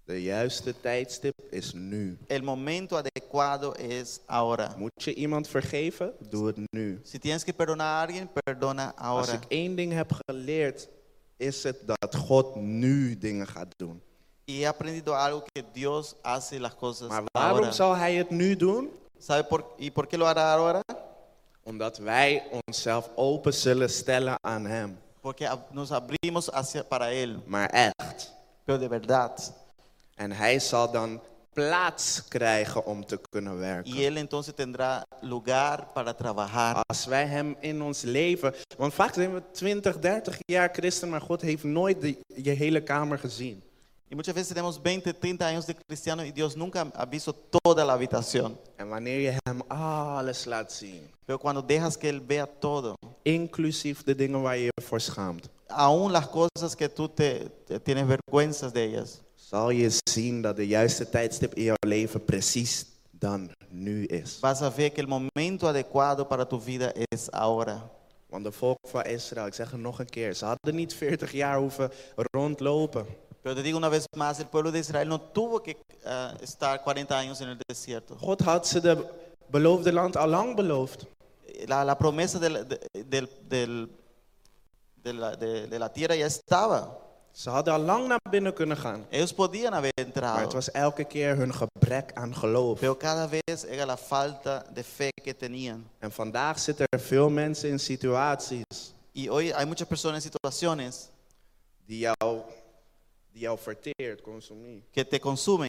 Speaker 1: De juiste tijdstip is nu.
Speaker 2: El momento adecuado es ahora.
Speaker 1: Moet je iemand vergeven? Doe het nu.
Speaker 2: Si tienes que perdonar a alguien, perdona
Speaker 1: Als
Speaker 2: ahora.
Speaker 1: ik één ding heb geleerd, is het dat God nu dingen gaat doen.
Speaker 2: Y he aprendido algo que Dios hace las cosas
Speaker 1: Maar waarom
Speaker 2: ahora.
Speaker 1: zal hij het nu doen?
Speaker 2: ¿Sabe por, y por qué lo hará ahora?
Speaker 1: Omdat wij onszelf open zullen stellen aan hem.
Speaker 2: Porque ab- nos abrimos hacia, para Él,
Speaker 1: Maar echt.
Speaker 2: pero de verdad.
Speaker 1: En hij zal dan plaats krijgen om te kunnen werken.
Speaker 2: Y Él entonces tendrá lugar para trabajar.
Speaker 1: Als wij hem in ons leven. Want vaak zijn we 20, 30 jaar christen, maar God heeft nooit de- je hele kamer gezien.
Speaker 2: Y muchas veces tenemos 20, 30 años de cristiano y Dios nunca ha visto toda la habitación.
Speaker 1: En wanneer je hem alles laat zien,
Speaker 2: Pero cuando dejas que Él vea todo,
Speaker 1: inclusief de dingen waar je je voor schaamt,
Speaker 2: aún las cosas que tú te, te tienes vergüenzas de ellas,
Speaker 1: zal je zien dat de juiste tijdstip in jouw leven precies dan nu is.
Speaker 2: vas a ver que el momento adecuado para tu vida es ahora.
Speaker 1: Want de volk van Israël, ik zeg het nog een keer, ze hadden niet 40 jaar hoeven rondlopen.
Speaker 2: Pero te digo una vez más, el pueblo de Israel no tuvo que ah, estar 40 años en el desierto.
Speaker 1: God had ze de beloofde land al lang beloofd.
Speaker 2: La, la promesa de la, de- del- del- de la- de- de la tierra ya estaba.
Speaker 1: Ze hadden al lang naar binnen kunnen gaan.
Speaker 2: Ellos podían haber
Speaker 1: Maar het
Speaker 2: entrado,
Speaker 1: was elke keer hun gebrek aan geloof.
Speaker 2: pero cada vez era la falta de fe que tenían.
Speaker 1: En vandaag zitten er veel mensen in situaties
Speaker 2: Y hoy hay muchas personas en situaciones
Speaker 1: die jou die jou verteert, consumeert.
Speaker 2: que te consumen.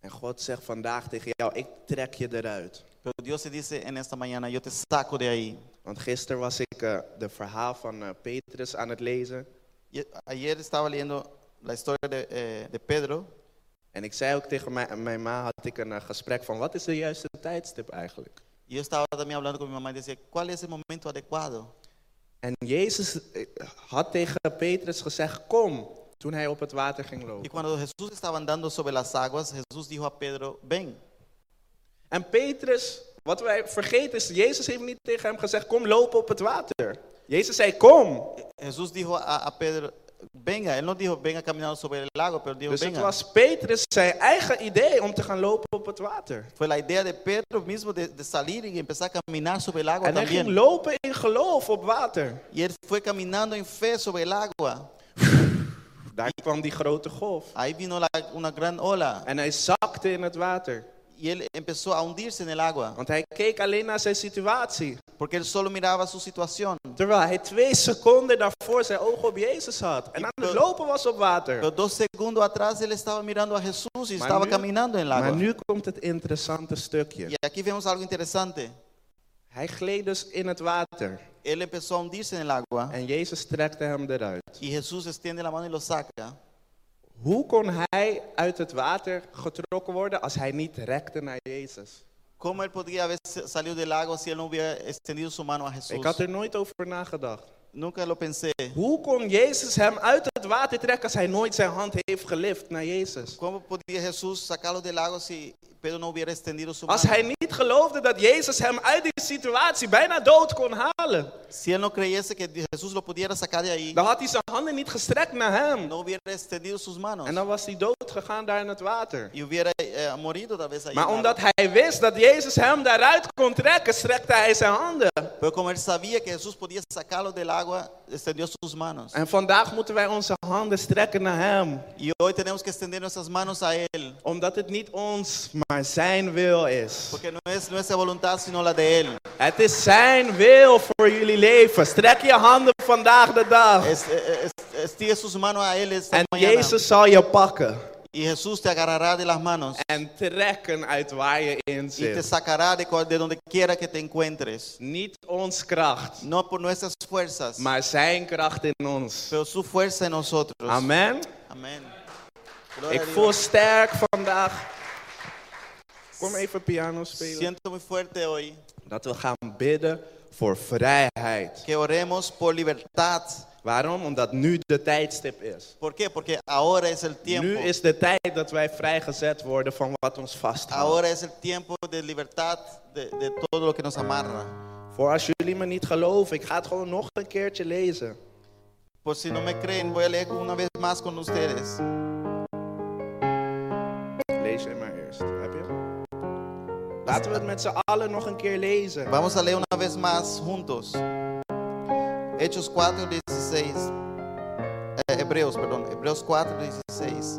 Speaker 1: En God zegt vandaag tegen jou, ik trek je eruit.
Speaker 2: Pero Dios te dice en esta mañana, yo te saco de ahí.
Speaker 1: Want gisteren was ik eh, de verhaal van eh, Petrus aan het lezen.
Speaker 2: Y- Ayer estaba leyendo la historia de, eh, de Pedro
Speaker 1: En ik zei ook tegen mijn, mijn ma, had ik een eh, gesprek van, wat is de juiste tijdstip eigenlijk?
Speaker 2: y yo estaba también hablando con mi mamá y decía, ¿cuál es el momento adecuado?
Speaker 1: En Jezus eh, had tegen Petrus gezegd, kom, toen hij op het water ging
Speaker 2: Y
Speaker 1: lopen.
Speaker 2: cuando Jesús estaba andando sobre las aguas, Jesús dijo a Pedro, ven.
Speaker 1: En Petrus, wat wij vergeten is, Jezus heeft niet tegen hem gezegd, kom lopen op het water. Jezus zei, kom.
Speaker 2: Jesús dijo a, a Pedro, venga. Él no dijo, venga caminando sobre el lago, pero dijo,
Speaker 1: Dus het
Speaker 2: venga.
Speaker 1: was Petrus zijn eigen idee om te gaan lopen op het water.
Speaker 2: Fue la idea de Pedro mismo de, de salir y empezar a caminar sobre el agua
Speaker 1: En hij ging
Speaker 2: también.
Speaker 1: lopen in geloof op water.
Speaker 2: Y él fue caminando en fe sobre el agua.
Speaker 1: Daar kwam die grote golf.
Speaker 2: Ahí vino la- una gran ola
Speaker 1: En hij zakte in het water.
Speaker 2: y él empezó a hundirse en el agua
Speaker 1: Want hij keek alleen naar zijn situatie.
Speaker 2: porque él solo miraba su situación.
Speaker 1: Terwijl hij twee seconden daarvoor zijn ogen op Jezus had. En aan het lopen was op water.
Speaker 2: Pero dos segundos atrás él estaba mirando a Jesús y
Speaker 1: Maar
Speaker 2: estaba
Speaker 1: nu-
Speaker 2: caminando en el agua.
Speaker 1: Maar nu komt het interessante
Speaker 2: Y
Speaker 1: stukje.
Speaker 2: aquí vemos algo interesante.
Speaker 1: Hij gleed dus in het water.
Speaker 2: Él empezó a hundirse en el agua
Speaker 1: En Jezus trekte hem eruit.
Speaker 2: y Jesús extiende la mano y lo saca.
Speaker 1: Hoe kon hij uit het water getrokken worden als hij niet rekte naar Jezus?
Speaker 2: ¿Cómo él podría haber salido del agua si él no hubiera extendido su mano a Jesús?
Speaker 1: Ik had er nooit over nagedacht.
Speaker 2: Nunca lo pensé.
Speaker 1: Hoe kon Jezus hem uit het water trekken als hij nooit zijn hand heeft gelift naar Jezus?
Speaker 2: ¿Cómo podía Jesús sacarlo del agua si Pedro no hubiera extendido su mano?
Speaker 1: Als hij niet geloofde dat Jezus hem uit die situatie bijna dood kon halen,
Speaker 2: Si él no creyese que Jesús lo pudiera sacar de ahí,
Speaker 1: dan had hij zijn handen niet gestrekt naar hem.
Speaker 2: no hubiera extendido sus manos
Speaker 1: En dan was hij dood gegaan daar in het water.
Speaker 2: y hubiera eh, morido tal vez ahí.
Speaker 1: Maar
Speaker 2: en el
Speaker 1: omdat
Speaker 2: agua.
Speaker 1: hij wist dat Jezus hem daaruit kon trekken, strekte hij zijn handen.
Speaker 2: Pero como él sabía que Jesús podía sacarlo del agua, extendió sus manos.
Speaker 1: En vandaag moeten wij onze handen strekken naar hem.
Speaker 2: Y hoy tenemos que extender nuestras manos a Él,
Speaker 1: Omdat het niet ons, maar zijn wil is.
Speaker 2: porque no es nuestra voluntad sino la de Él.
Speaker 1: Het is zijn wil voor jullie leven. Strek je handen vandaag de dag.
Speaker 2: Es, eh, es- extiende sus manos a Él esta
Speaker 1: En
Speaker 2: mañana
Speaker 1: Jezus zal je pakken.
Speaker 2: y Jesús te agarrará de las manos
Speaker 1: En trekken uit waar je in
Speaker 2: y te
Speaker 1: zit.
Speaker 2: sacará de, cua- de donde quiera que te encuentres.
Speaker 1: Niet ons kracht,
Speaker 2: No por nuestras fuerzas,
Speaker 1: maar zijn kracht in ons.
Speaker 2: pero su fuerza en nosotros.
Speaker 1: Amen.
Speaker 2: Amén.
Speaker 1: Ik
Speaker 2: Gloria a Dios.
Speaker 1: voel sterk vandaag. Kom even piano spelen.
Speaker 2: Siento muy fuerte hoy
Speaker 1: Dat we gaan bidden voor vrijheid.
Speaker 2: que oremos por libertad.
Speaker 1: Waarom? Omdat nu de tijdstip is.
Speaker 2: ¿Por qué? Porque ahora es el
Speaker 1: Nu
Speaker 2: tiempo.
Speaker 1: is de tijd dat wij vrijgezet worden van wat ons vasthoudt.
Speaker 2: Ahora es el tiempo de libertad de, de todo lo que nos amarra.
Speaker 1: Voor als jullie me niet geloven, ik ga het gewoon nog een keertje lezen.
Speaker 2: Por si no me creen, voy a leer una vez más con ustedes.
Speaker 1: Lees jij maar eerst. Heb je? Laten we het met z'n allen nog een keer lezen.
Speaker 2: Vamos a leer una vez más juntos. Hechos 4, 16. Eh, Hebreos, perdón. Hebreos 4, 16.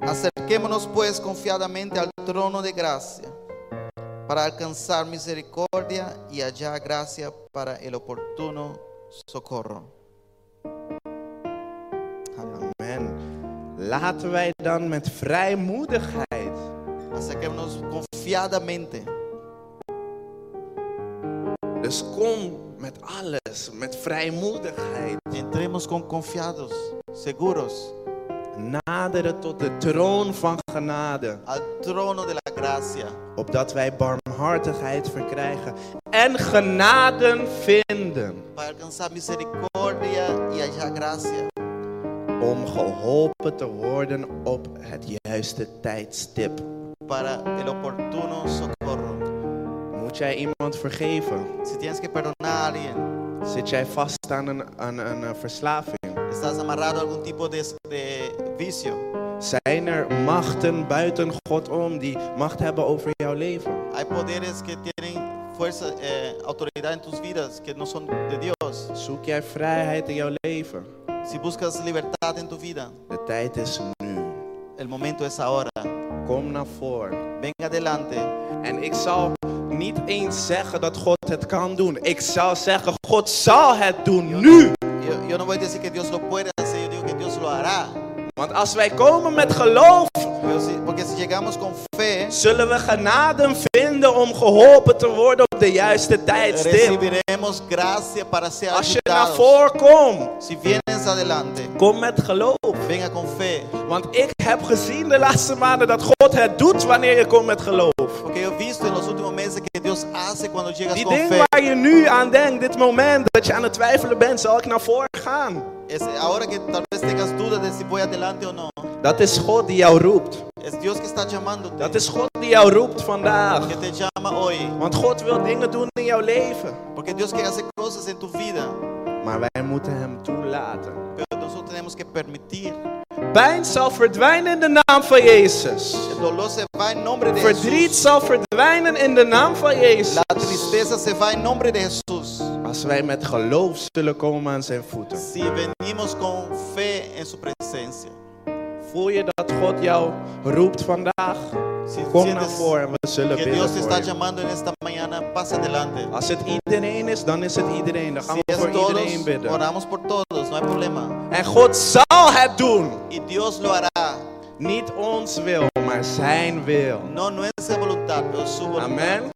Speaker 2: Acerquémonos pues confiadamente al trono de gracia para alcanzar misericordia y hallar gracia para el oportuno socorro. Amén.
Speaker 1: Amen. Laten wij dan met vrijmoedigheid
Speaker 2: Acerquémonos confiadamente.
Speaker 1: Dus kom met alles, met vrijmoedigheid.
Speaker 2: Entremos con confiados, seguros,
Speaker 1: Naderen tot de troon van genade.
Speaker 2: al trono de la gracia.
Speaker 1: Opdat wij barmhartigheid verkrijgen en genaden vinden.
Speaker 2: para alcanzar misericordia y hallar gracia,
Speaker 1: Om geholpen te worden op het juiste tijdstip.
Speaker 2: para el oportuno socorro.
Speaker 1: Moet jij iemand vergeven?
Speaker 2: Si tienes que perdonar a alguien,
Speaker 1: Zit jij vast aan een, aan een eh, verslaving?
Speaker 2: estás amarrado a algún tipo de, de vicio,
Speaker 1: Zijn er machten buiten God om die macht hebben over jouw leven?
Speaker 2: hay poderes que tienen fuerza, eh, autoridad en tus vidas que no son de Dios.
Speaker 1: Zoek jij vrijheid in jouw leven?
Speaker 2: Si buscas libertad en tu vida,
Speaker 1: De tijd is nu.
Speaker 2: el momento es ahora.
Speaker 1: Kom naar voren.
Speaker 2: Ven adelante.
Speaker 1: En ik zal niet eens zeggen dat God het kan doen. Ik zal zeggen, God zal het doen nu.
Speaker 2: Yo, yo no voy a decir que Dios lo puede hacer, yo digo que hará.
Speaker 1: Want als wij komen met geloof,
Speaker 2: Pero si- porque si llegamos con fe,
Speaker 1: zullen we genade vinden om geholpen te worden op de juiste tijdstip.
Speaker 2: recibiremos gracia para ser
Speaker 1: Als je naar
Speaker 2: ayudados.
Speaker 1: voren komt,
Speaker 2: Si vienes adelante,
Speaker 1: kom met geloof.
Speaker 2: venga con fe.
Speaker 1: Want ik heb gezien de laatste maanden dat God het doet wanneer je komt met geloof.
Speaker 2: Porque yo he visto en los últimos meses que Dios hace cuando llegas
Speaker 1: Die
Speaker 2: con
Speaker 1: ding
Speaker 2: fe.
Speaker 1: waar je nu aan denkt, dit moment dat je aan het twijfelen bent, zal ik naar voren gaan.
Speaker 2: Es ahora que tal vez tengas dudas de si voy adelante o no,
Speaker 1: Dat is God die jou roept.
Speaker 2: es Dios que está llamándote,
Speaker 1: Dat is God die jou roept vandaag.
Speaker 2: que te llama hoy.
Speaker 1: Want God wil dingen doen in jouw leven.
Speaker 2: Porque Dios quiere hacer cosas en tu vida,
Speaker 1: Maar wij moeten hem toelaten.
Speaker 2: pero nosotros tenemos que permitir.
Speaker 1: Pijn zal verdwijnen in de naam van Jezus.
Speaker 2: El dolor se va en nombre de
Speaker 1: Verdriet
Speaker 2: Jesús.
Speaker 1: zal verdwijnen in de naam van Jezus.
Speaker 2: La tristeza se va en nombre de Jesús.
Speaker 1: Als wij met geloof zullen komen aan zijn voeten.
Speaker 2: Si venimos con fe en su presencia.
Speaker 1: Voel je dat God jou roept vandaag?
Speaker 2: Si
Speaker 1: Kom naar
Speaker 2: sientes
Speaker 1: voren en we zullen
Speaker 2: que
Speaker 1: bidden
Speaker 2: Dios te
Speaker 1: voor
Speaker 2: está
Speaker 1: je.
Speaker 2: llamando en esta mañana, pasa adelante.
Speaker 1: Als het iedereen is, dan is het iedereen. Dan gaan
Speaker 2: Si
Speaker 1: we voor
Speaker 2: es
Speaker 1: iedereen
Speaker 2: todos,
Speaker 1: bidden.
Speaker 2: oramos por todos, no hay problema.
Speaker 1: En God zal het doen.
Speaker 2: Y Dios lo hará.
Speaker 1: Niet ons wil, maar zijn wil.
Speaker 2: No nuestra voluntad, pero su voluntad.
Speaker 1: Amen.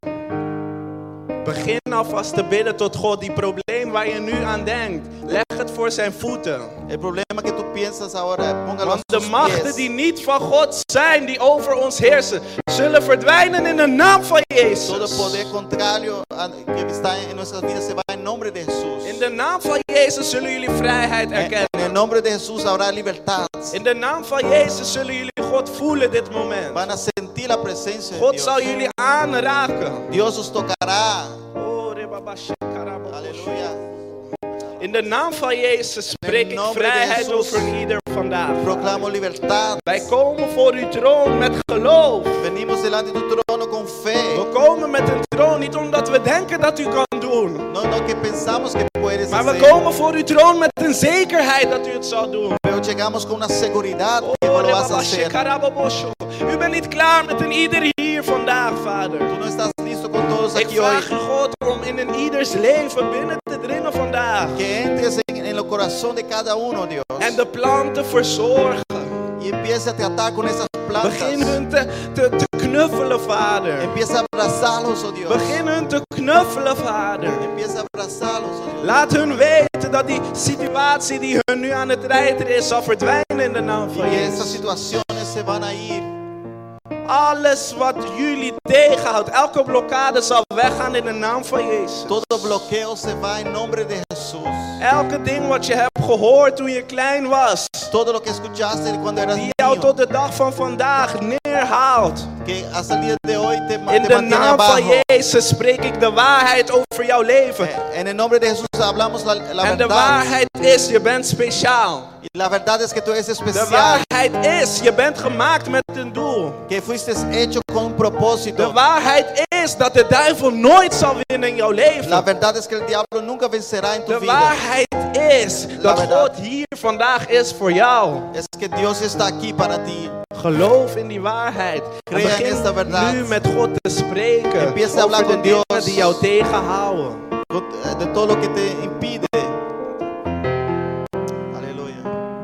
Speaker 1: Begin alvast te bidden tot God. Die probleem waar je nu aan denkt, leg het voor zijn voeten.
Speaker 2: El problema que tú piensas ahora, póngalo a
Speaker 1: Want de
Speaker 2: sus
Speaker 1: machten
Speaker 2: pies.
Speaker 1: die niet van God zijn, die over ons heersen, zullen verdwijnen in de naam van
Speaker 2: Todo
Speaker 1: Jezus.
Speaker 2: poder contrario a- que está en nuestras vidas se va en nombre de Jesús.
Speaker 1: In de naam van Jezus zullen jullie vrijheid
Speaker 2: En- en
Speaker 1: erkennen.
Speaker 2: el nombre de Jesús habrá libertad.
Speaker 1: In de naam van Jezus zullen jullie God voelen dit moment.
Speaker 2: Van a sentir la presencia de
Speaker 1: God
Speaker 2: Dios.
Speaker 1: zal jullie aanraken.
Speaker 2: Dios os tocará.
Speaker 1: Oh, rebabashakarabakos.
Speaker 2: Aleluya.
Speaker 1: In de naam van Jezus spreek ik
Speaker 2: naam van
Speaker 1: vrijheid
Speaker 2: Jezus.
Speaker 1: over ieder vandaag.
Speaker 2: Proclamo libertad.
Speaker 1: Wij komen voor uw troon met geloof.
Speaker 2: Venimos delante de tu trono con
Speaker 1: We
Speaker 2: fe.
Speaker 1: komen met een troon niet omdat we denken dat u kan doen.
Speaker 2: No lo que pensamos que puedes
Speaker 1: Maar we
Speaker 2: hacer,
Speaker 1: komen voor uw troon met een zekerheid dat u het zal doen.
Speaker 2: pero llegamos con una seguridad que
Speaker 1: Oh,
Speaker 2: no lo vas a hacer.
Speaker 1: rebabashakarababosho. U bent niet klaar met een ieder hier vandaag, vader.
Speaker 2: Tú no estás listo con todos
Speaker 1: Ik
Speaker 2: aquí hoy.
Speaker 1: vraag God om in een ieders leven binnen te dringen vandaag.
Speaker 2: Que entres en, en el corazón de cada uno, Dios.
Speaker 1: En de plan te verzorgen.
Speaker 2: Y empieza a tratar con esas
Speaker 1: Begin
Speaker 2: plantas.
Speaker 1: hun te, te, te knuffelen, vader.
Speaker 2: Empieza a abrazarlos, oh Dios.
Speaker 1: Begin hun te knuffelen, vader.
Speaker 2: Empieza a abrazarlos, oh Dios.
Speaker 1: Laat hun weten dat die situatie die hun nu aan het rijden is, zal verdwijnen in de naam van
Speaker 2: Y esas
Speaker 1: Jezus.
Speaker 2: situaciones se van a ir.
Speaker 1: Alles wat jullie tegenhoudt, elke blokkade zal weggaan in de naam van Jezus.
Speaker 2: Todo bloqueo se va en nombre de Jesús.
Speaker 1: Elke ding wat je hebt gehoord toen je klein was,
Speaker 2: Todo lo que escuchaste cuando eras
Speaker 1: die jou tot
Speaker 2: niño,
Speaker 1: de dag van vandaag neerhaalt.
Speaker 2: que hasta el día de hoy te, ma-
Speaker 1: In
Speaker 2: te
Speaker 1: de
Speaker 2: mantiene
Speaker 1: naam van
Speaker 2: abajo.
Speaker 1: Jezus spreek ik de waarheid over jouw leven.
Speaker 2: Eh, En el nombre de Jesús hablamos la, la
Speaker 1: En de
Speaker 2: verdad.
Speaker 1: waarheid is, je bent speciaal.
Speaker 2: Y la verdad es que tú eres
Speaker 1: De
Speaker 2: especial,
Speaker 1: waarheid is, je bent gemaakt met een doel.
Speaker 2: que fuiste hecho con un
Speaker 1: De
Speaker 2: propósito.
Speaker 1: waarheid is dat de duivel nooit zal winnen in jouw
Speaker 2: La
Speaker 1: leven.
Speaker 2: verdad es que el diablo nunca vencerá en tu
Speaker 1: De
Speaker 2: vida.
Speaker 1: waarheid is dat God hier vandaag is voor jou.
Speaker 2: Es que Dios está aquí para ti.
Speaker 1: Geloof in die waarheid. En
Speaker 2: Crea en esta verdad.
Speaker 1: begin nu met God te spreken
Speaker 2: Empieza a
Speaker 1: over
Speaker 2: hablar
Speaker 1: de
Speaker 2: con Dios.
Speaker 1: dingen die jou tegenhouden.
Speaker 2: Con- eh, De todo lo que te impide.